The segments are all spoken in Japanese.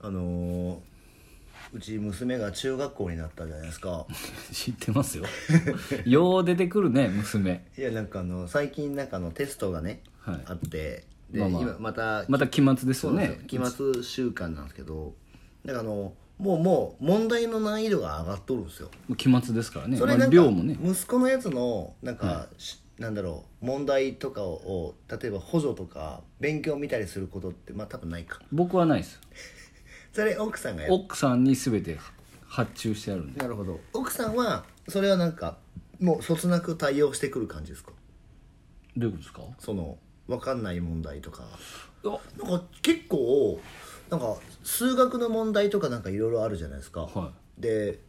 あのーうち娘が中学校になったじゃないですか 知ってますよよう出てくるね娘いやなんかあの最近なんかあのテストがね、はいあってで、まあまあ今またまた期末ですそようなんねですよ期末週間なんですけどなんかあのもうもう問題の難易度が上がっとるんですよ期末ですからね、それまなあんか量もね息子のやつのなんか、しなんだろう問題とかを例えば補助とか勉強見たりすることってまあ多分ないか僕はないですそれ奥さんがやる奥さんに全て発注してあるんでなるほど奥さんはそれはなんかもうそつなく対応してくる感じですかどういうことですかその分かんない問題とかあなんか結構なんか数学の問題とかなんかいろいろあるじゃないですか、はで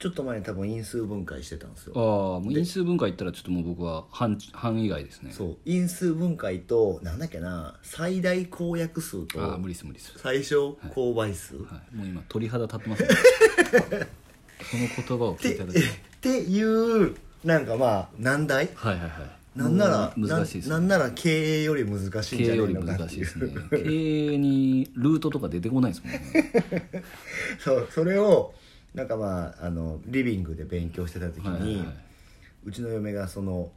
ちょっと前に多分因数分解してたんですあよあもう因数分解言ったらちょっともう僕は半半以外ですねそう因数分解となんだっけな最大公約数とああ無理です無理です、最小公倍数、っはい、もう今鳥肌立って ますねその言葉を聞いてただけでっていうなんかまあ難題はいはいはいなんならもう難しいですねなんなんなら経営より難しい経んじ営ゃよないりのかってい難うしいですね経営にルートとか出てこないですもんね そうそれをなんかまああのリビングで勉強してた 時に、はいはいうちの嫁がその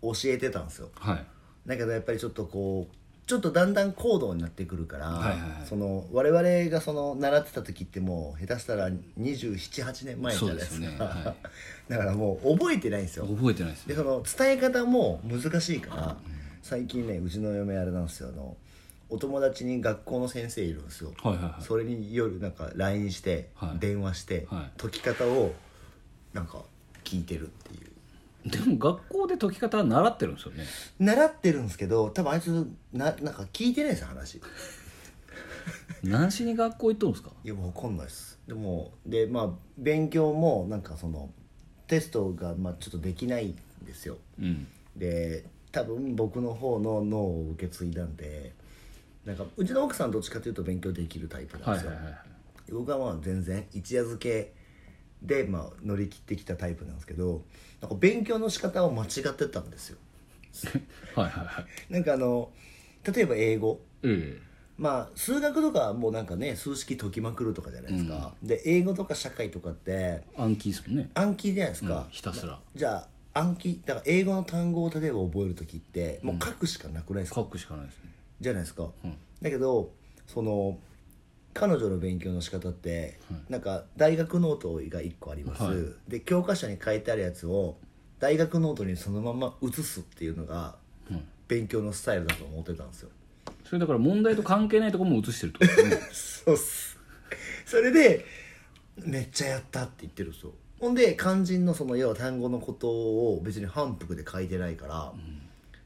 教えてたんですよはい、はいだけどやっぱりちょっとこうちょっとだんだん高度になってくるから、はいはいはいその我々がその習ってた時ってもう下手したら278年前じゃないですかそうですよねは だからもう覚えてないんですよ覚えてないですでねその伝え方も難しいから最近ねうちの嫁あれなんですよあのお友達に学校の先生いるんですよ、はいはいはいそれに夜なんか LINE して、はい電話して、はい解き方をなんか聞いてるっていうでも学校で解き方は習ってるんですよ ね習ってるんですけど多分あいつななんか聞いてないです話何しに学校行っとるんですかいやもう分かんないですでもでまあ勉強もなんかそのテストがまあちょっとできないんですようんで多分僕の方の脳を受け継いだんでなんかうちの奥さんどっちかというと勉強できるタイプなんはいではすいよ、はいはい僕はまあ全然一夜漬けでまあ乗り切ってきたタイプなんですけどなんか勉強の仕方を間違ってたんですよはいはいはいなんかあの例えば英語えまあ数学とかはもうなんかね数式解きまくるとかじゃないですか、で英語とか社会とかってえ暗記ですもんね暗記じゃないですか、ひたすらじゃあ暗記だから英語の単語を例えば覚える時ってもう書くしかなくないですか、書くしかないですねじゃないですか、うんだけどその彼女の勉強の仕方って、なんか大学ノートが1個あります、はいで教科書に書いてあるやつを大学ノートにそのまま写すっていうのがうん勉強のスタイルだと思ってたんですよそれだから問題と関係ないとこも映してるってことですねそうっすそれでめっちゃやったって言ってるんですよほんで肝心のその要は単語のことを別に反復で書いてないから、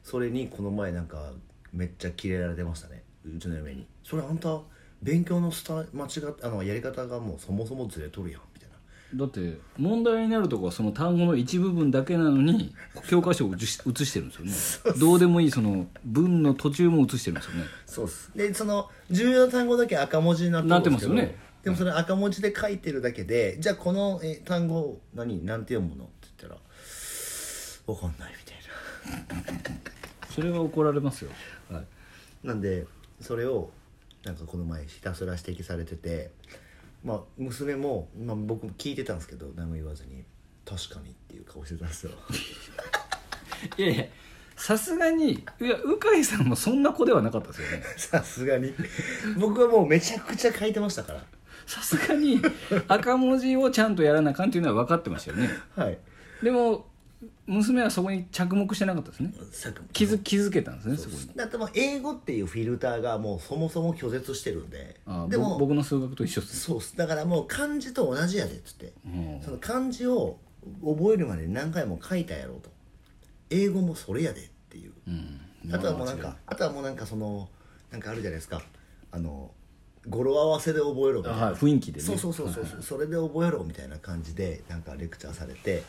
それにこの前なんかめっちゃキレられてましたねうちの嫁に「それあんた勉強のスタ間違っあのやり方がもうそもそもずれとるやん」みたいな だって問題になるとこはその単語の一部分だけなのに教科書を写し写してるんですよねどうでもいいその文の途中も写してるんですよねそうっすでその重要な単語だけ赤文字になってるんですけどなってますよねでもそれ赤文字で書いてるだけで、じゃあこのえ単語何なんて読むのって言ったら「わかんない」みたいなそれは怒られますよなんでそれをなんかこの前ひたすら指摘されててまあ娘も、まあ、僕も聞いてたんですけど何も言わずに「確かに」っていう顔してたんですよ いやいやさすがにいや鵜飼さんもそんな子ではなかったですよねさすがに 僕はもうめちゃくちゃ書いてましたかさすがに赤文字をちゃんとやらなあかんっていうのは分かってましたよねらはいでも娘はそこに着目してなかったですね気づ気づけたんですねそこにだってもう英語っていうフィルターがもうそもそも拒絶してるんであでぼも僕の数学と一緒ですそうっすだからもう漢字と同じやでっつって、うんその漢字を覚えるまで何回も書いたやろうと英語もそれやでっていううんあとはもうなんかあとはもうなんかそのなんかあるじゃないですかあの語呂合わせで覚えろみあたいな、はい雰囲気でねそうそうそうそう、それで覚えろみたいな感じでなんかレクチャーされて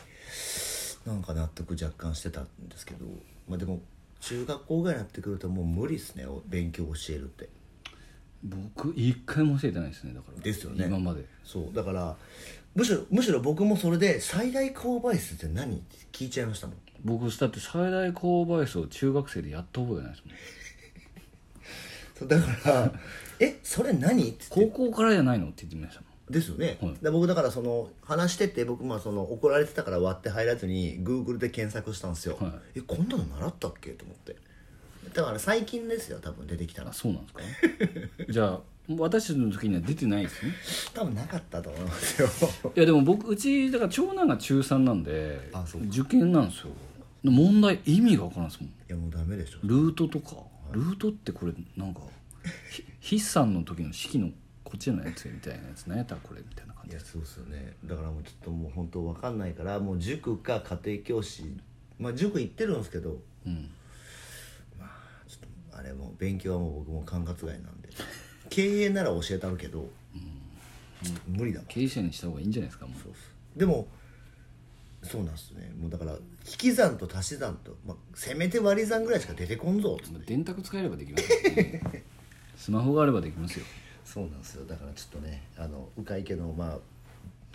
なんか納得若干してたんですけど、まあ、でも中学校ぐらいになってくるともう無理ですねお勉強教えるって僕一回も教えてないですねだからですよね今までそうだからむしろむしろ僕もそれで最大購買数って何って聞いちゃいましたもん僕だって最大購買数を中学生でやった覚えがないですそもんうだ から「えそれ何?」って言高って校からじゃないのって言ってみましたもんですよね、はいで僕だからその話してて僕まあその怒られてたから割って入らずに Google で検索したんですよ、はえこんなの習ったっけと思ってだから最近ですよ多分出てきたのあそうなんですか じゃあ私たちの時には出てないですね多分なかったと 思いますよいやでも僕うちだから長男が中3なんであそうか受験なんですよ問題意味が分からんですもんいやもうダメでしょルートとかルートってこれなんかひ筆算の時の式のこっちのやつみたいなやつ何やったらこれみたいな感いじやそうですよねだからもうちょっともう本当わかんないからもう塾か家庭教師まあ塾行ってるんですけどうんちょっとあれも勉強はもう僕も管轄外なん で経営なら教えたるけど、無理だもん経営者にした方がいいんじゃないですか もうそうっすでもそうなんですねもうだから引き算と足し算と、まあ、せめて割り算ぐらいしか出てこんぞっつってもう電卓使えればできますよ、ね、スマホがあればできますよそうなんですよだからちょっとねあの鵜飼家のまあ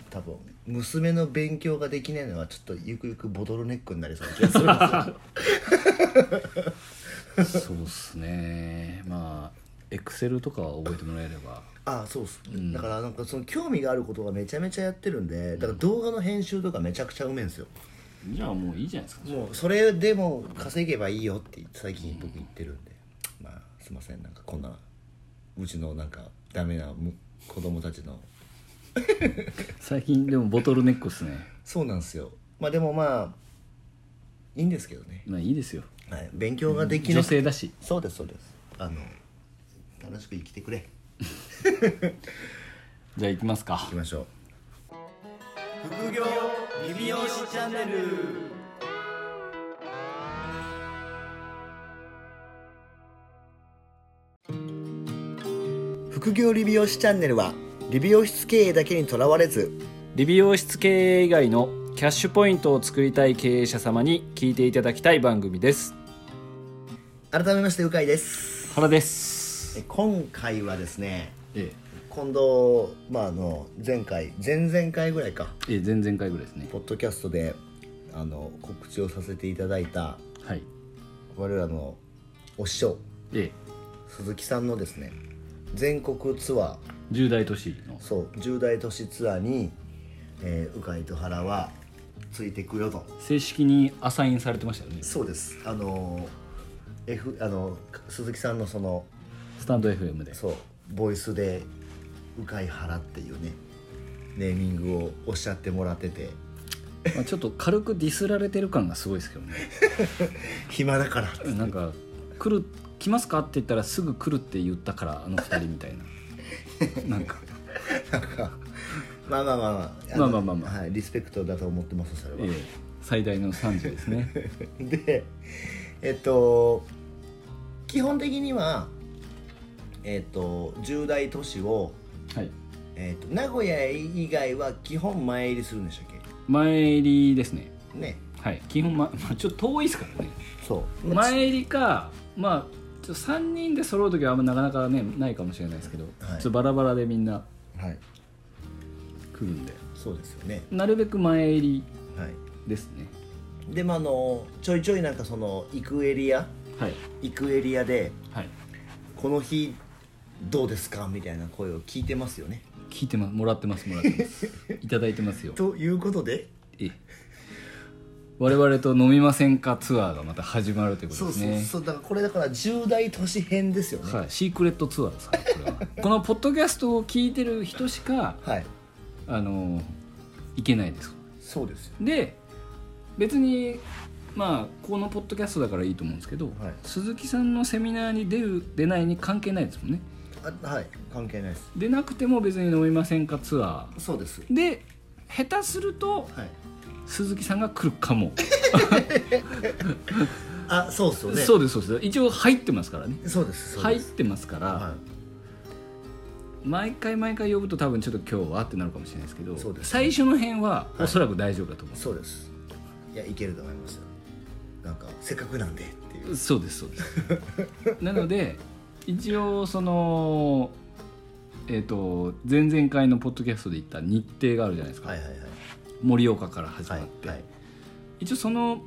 多分娘の勉強ができないのはちょっとゆくゆくボトルネックになりそうな気がするんですよそうっすねまあエクセルとかは覚えてもらえれば ああそうっす、だからなんかその興味があることがめちゃめちゃやってるんでだから動画の編集とかめちゃくちゃうめえんですよじゃあもういいじゃないですかもうそれでも稼げばいいよって最近僕言ってるんで、まあすいませんなんかこんなうちのなんかダメなむ子供たちの最近でもボトルネックっすねそうなんですよまあでもまあいいんですけどね、まあいいですよはい、勉強ができな女くて性だしそうですそうですあの楽しく生きてくれじゃあ行きますか行きましょう副業リビオシチャンネル副業理美容師チャンネルは理美容室経営だけにとらわれず理美容室経営以外のキャッシュポイントを作りたい経営者様に聞いていただきたい番組です改めましてうかいです原ですえ今回はですねえ今度、まあ、あの前回前々回ぐらいかえええ前々回ぐらいですねポッドキャストであの告知をさせていただいたはい我らのお師匠ええ鈴木さんのですね全国ツアー10代都市のそう10代都市ツアーに、えー、鵜飼と原はついてくよと正式にアサインされてましたよねそうですあのー F あの鈴木さんのそのスタンド FM でそうボイスで「鵜飼原」っていうねネーミングをおっしゃってもらっててまあ、ちょっと軽くディスられてる感がすごいですけどね暇だからってなんか来る来ますかって言ったらすぐ来るって言ったからあの二人みたいななんかなんかまあまあまあまあまあまあまあまあのはい、リスペクトだと思ってますそれは、ええ最大の3時です ねでえっと基本的にはえっと10大都市を、はいえっと、名古屋以外は基本前入りするんでしたっ前入りですねけねはい基本、ま まあ、ちょっと遠いですからねそう前入りかまあちょ3人で揃う時はあんまなかなかねないかもしれないですけど、はいちょっとバラバラでみんなはい来るんでそうですよねなるべく前入りはいですねでまああのちょいちょいなんかその行くエリアはい行くエリアではいこの日どうですかみたいな声を聞いてますよね聞いてますもらってますもらってます いただいてますよということでええ我々と飲みませんかツアーがまた始まるというこそとうですそうねそうだからこれだから重大都市編ですよねはい、シークレットツアーですからこれはこのポッドキャストを聞いてる人しかはいあのいけないですそうですよで別にまあこのポッドキャストだからいいと思うんですけど、はい鈴木さんのセミナーに出る出ないに関係ないですもんねあはい関係ないです出なくても別に飲みませんかツアそうですーで下手するとはい鈴木さんが来るかも、あそうっすよねそううですそうです一応入ってますからねそうですそう入でっすてますから、は毎回毎回呼ぶと多分ちょっと今日はってなるかもしれないですけどそうです最初の辺はおそらく大丈夫だと思いそうですいやいけると思いますよなんかせっかくなんでっていうう、そうですそうです なので一応そのえっ、と前々回のポッドキャストで言った日程があるじゃないですか、はいはいはい盛岡から始まはいって、はい一応その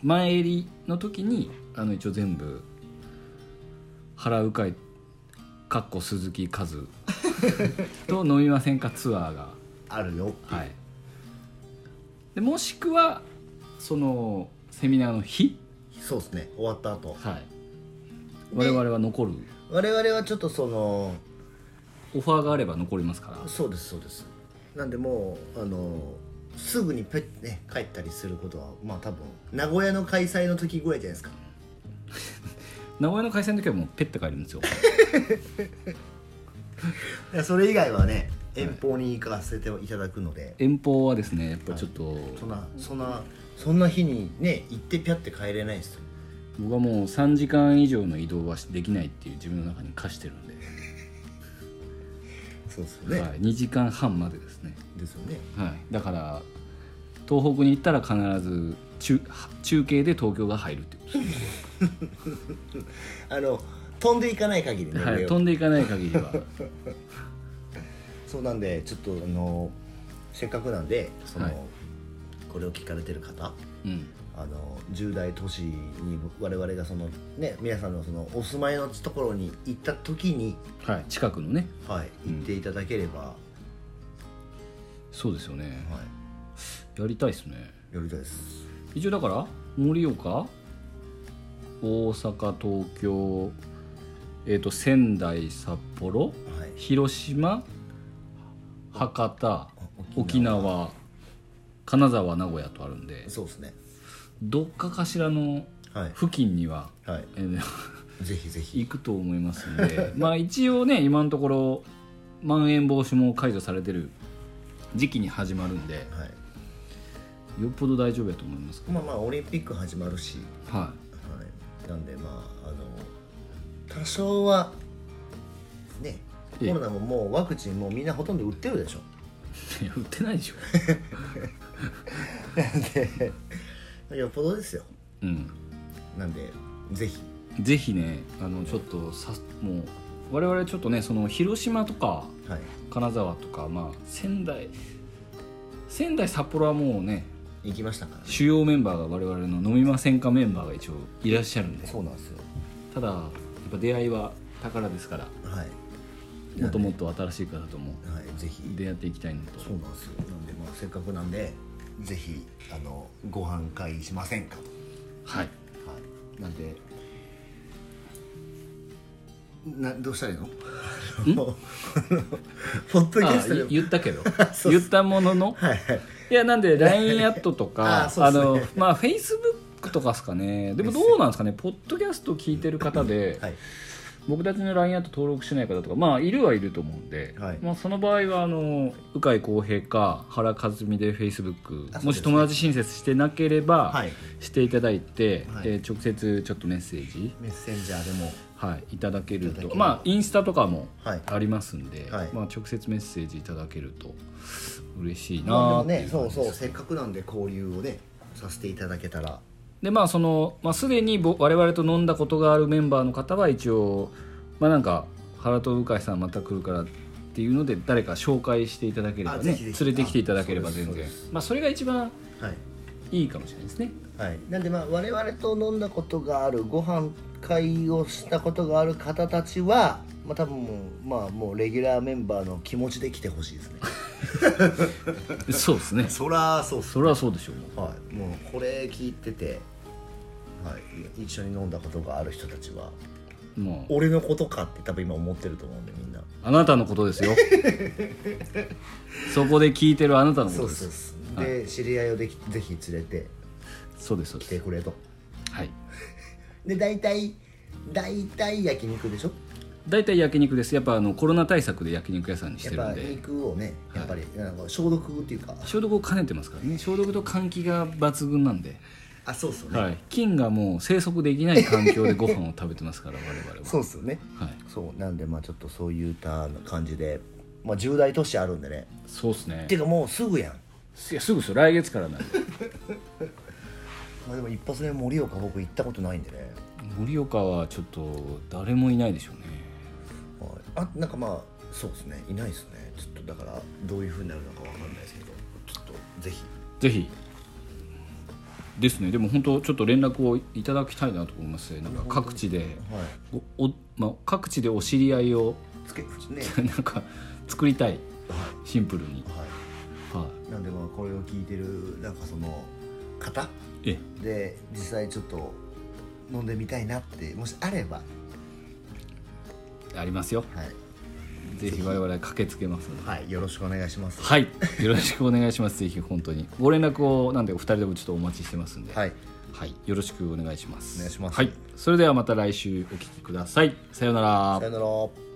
前入りの時にあの一応全部払う会かっこ鈴木和と飲みませんかツアーがあるよっていう、はいでもしくはそのセミナーの日そうですね終わった後はい我々は残る我々はちょっとそのオファーがあれば残りますからそうですそうですなんでもうあのすぐにペッね帰ったりすることはまあ多分名古屋の開催の時ぐらいじゃないですか名古屋の開催の時はもうペッて帰るんですよいやそれ以外はね遠方に行かせていただくので、遠方はですねやっぱちょっと、そんなそんなそんな日にね行ってピャって帰れないですよ僕はもう3時間以上の移動はできないっていう自分の中に課してるんで、そうですよね、はい、2時間半までですね、ですよねはい、だから東北に行ったら必ず中中継で東京が入るっていうことですあの飛んでいかない限りね、ね、は上い、を飛んでいかない限りはそうなんでちょっとあのせっかくなんでその、はいこれを聞かれてる方うんあの10代都市に我々がそのね皆さんのそのお住まいのところに行った時に、はい、近くのねはい、行っていただければ、そうですよねはやりたいですねい、やりたいです一応だから盛岡大阪東京えっ、と仙台札幌はい広島博多沖沖縄金沢名古屋とあるんでそうですねどっかかしらのはい付近には、はえーいぜひぜひ行くと思いますん でまあ一応ね今のところまん延防止も解除されてる時期に始まるんではいよっぽど大丈夫やと思いますけまあまあオリンピック始まるし、どははい、なんでまああの多少はねコええロナももうワクチンもうみんなほとんど打ってるでしょ いいや売ってないでしょよっぽどですようんなんでぜひぜひねあのちょっとさもう我々ちょっとねその広島とかはい金沢とか、まあ、仙台仙台札幌はもうね行きましたからね主要メンバーが我々の飲みませんかメンバーが一応いらっしゃるんでそうなんですよただやっぱ出会いは宝ですからはいもっともっと新しい方ともはいぜひ出会っていきたいのとそうなんですよなんでまあせっかくなんでぜひあのご飯会しませんかとはいはいなんでなどうしたらいいの ポッドキャあストでいも言ったけど そう言ったものの、はいはいいやなんで LINE アットと あかそうあっすねのまあ Facebook とかですかねでもどうなんですかねポッドキャスト聞いてる方ではい僕たちの LINE アット登録してない方とかまあいるはいると思うんで、はいまあ、その場合はあの鵜飼浩平か原和美で Facebook、あそうですねもし友達申請してなければ、はいしていただいて、はいえー直接ちょっとメッセージ、メッセンジャーでもはい、いただけるいただとければまあインスタとかもはいありますんで、はいまあ、直接メッセージいただけると嬉しいなまあーでもっていねうそ感うじそうですせっかくなんで交流をねさせていただけたらでまあその、まあ、すでにぼ我々と飲んだことがあるメンバーの方は一応まあなんか原と鵜飼さんまた来るからっていうので誰か紹介していただければあねぜひぜひ連れてきていただければ全あそう然ですそうでまあそれが一番はいいいかもしれないで すねはい、なんでまあ我々と飲んだことがあるご飯会をしたことがある方たちは、まあ、多分もうまあもうレギュラーメンバーの気持ちで来てほしいですねそうですね そらそうっすそれはそうでしょうはいもうこれ聞いてて、はい、一緒に飲んだことがある人たちはもう俺のことかって多分今思ってると思うんでみんなあなたのこ とですよそこで聞いてるあなたのこそとうでそうすそうで、知り合いをできぜひ連れてそうですそう来ですてくれとはいで大体大体焼肉でしょ大体焼肉ですやっぱあのコロナ対策で焼肉屋さんにしやってるぱんで肉をねやっぱりなんか消毒っていうか消毒を兼ねてますからね消毒と換気が抜群なんで、あそうっすよはい、菌がもう生息できない環境でご飯を食べてますから我 々そうっすよねは、はい、そうなんでまあちょっとそういった感じで、まあ、重大都市あるんでねそうっすねていうかもうすぐやん、いやすぐっすよ来月からなんでまあ、でも一発目盛岡僕行ったことないんでね、盛岡はちょっと誰もいないでしょうねはい、あなんかまあそうですねいないですねちょっとだからどういうふうになるのかわかんないですけどちょっとぜひぜひですねでも本当ちょっと連絡をいただきたいなと思いますねなんか各地ではいおお、まあ、各地でお知り合いを つけ口ねなんか作りたいシンプルに、ははいなんでまあこれを聞いてるなんかその方い、えで実際ちょっと飲んでみたいなってもしあればえありますよはい、ぜひ我々駆けつけますのではい、よろしくお願いしますはいよろしくお願いしますぜひ本当にご連絡をなんでお二人でもちょっとお待ちしてますんではいはい、よろしくお願いします。お願いしますはい、それではまた来週お聞きください。さようならさよなら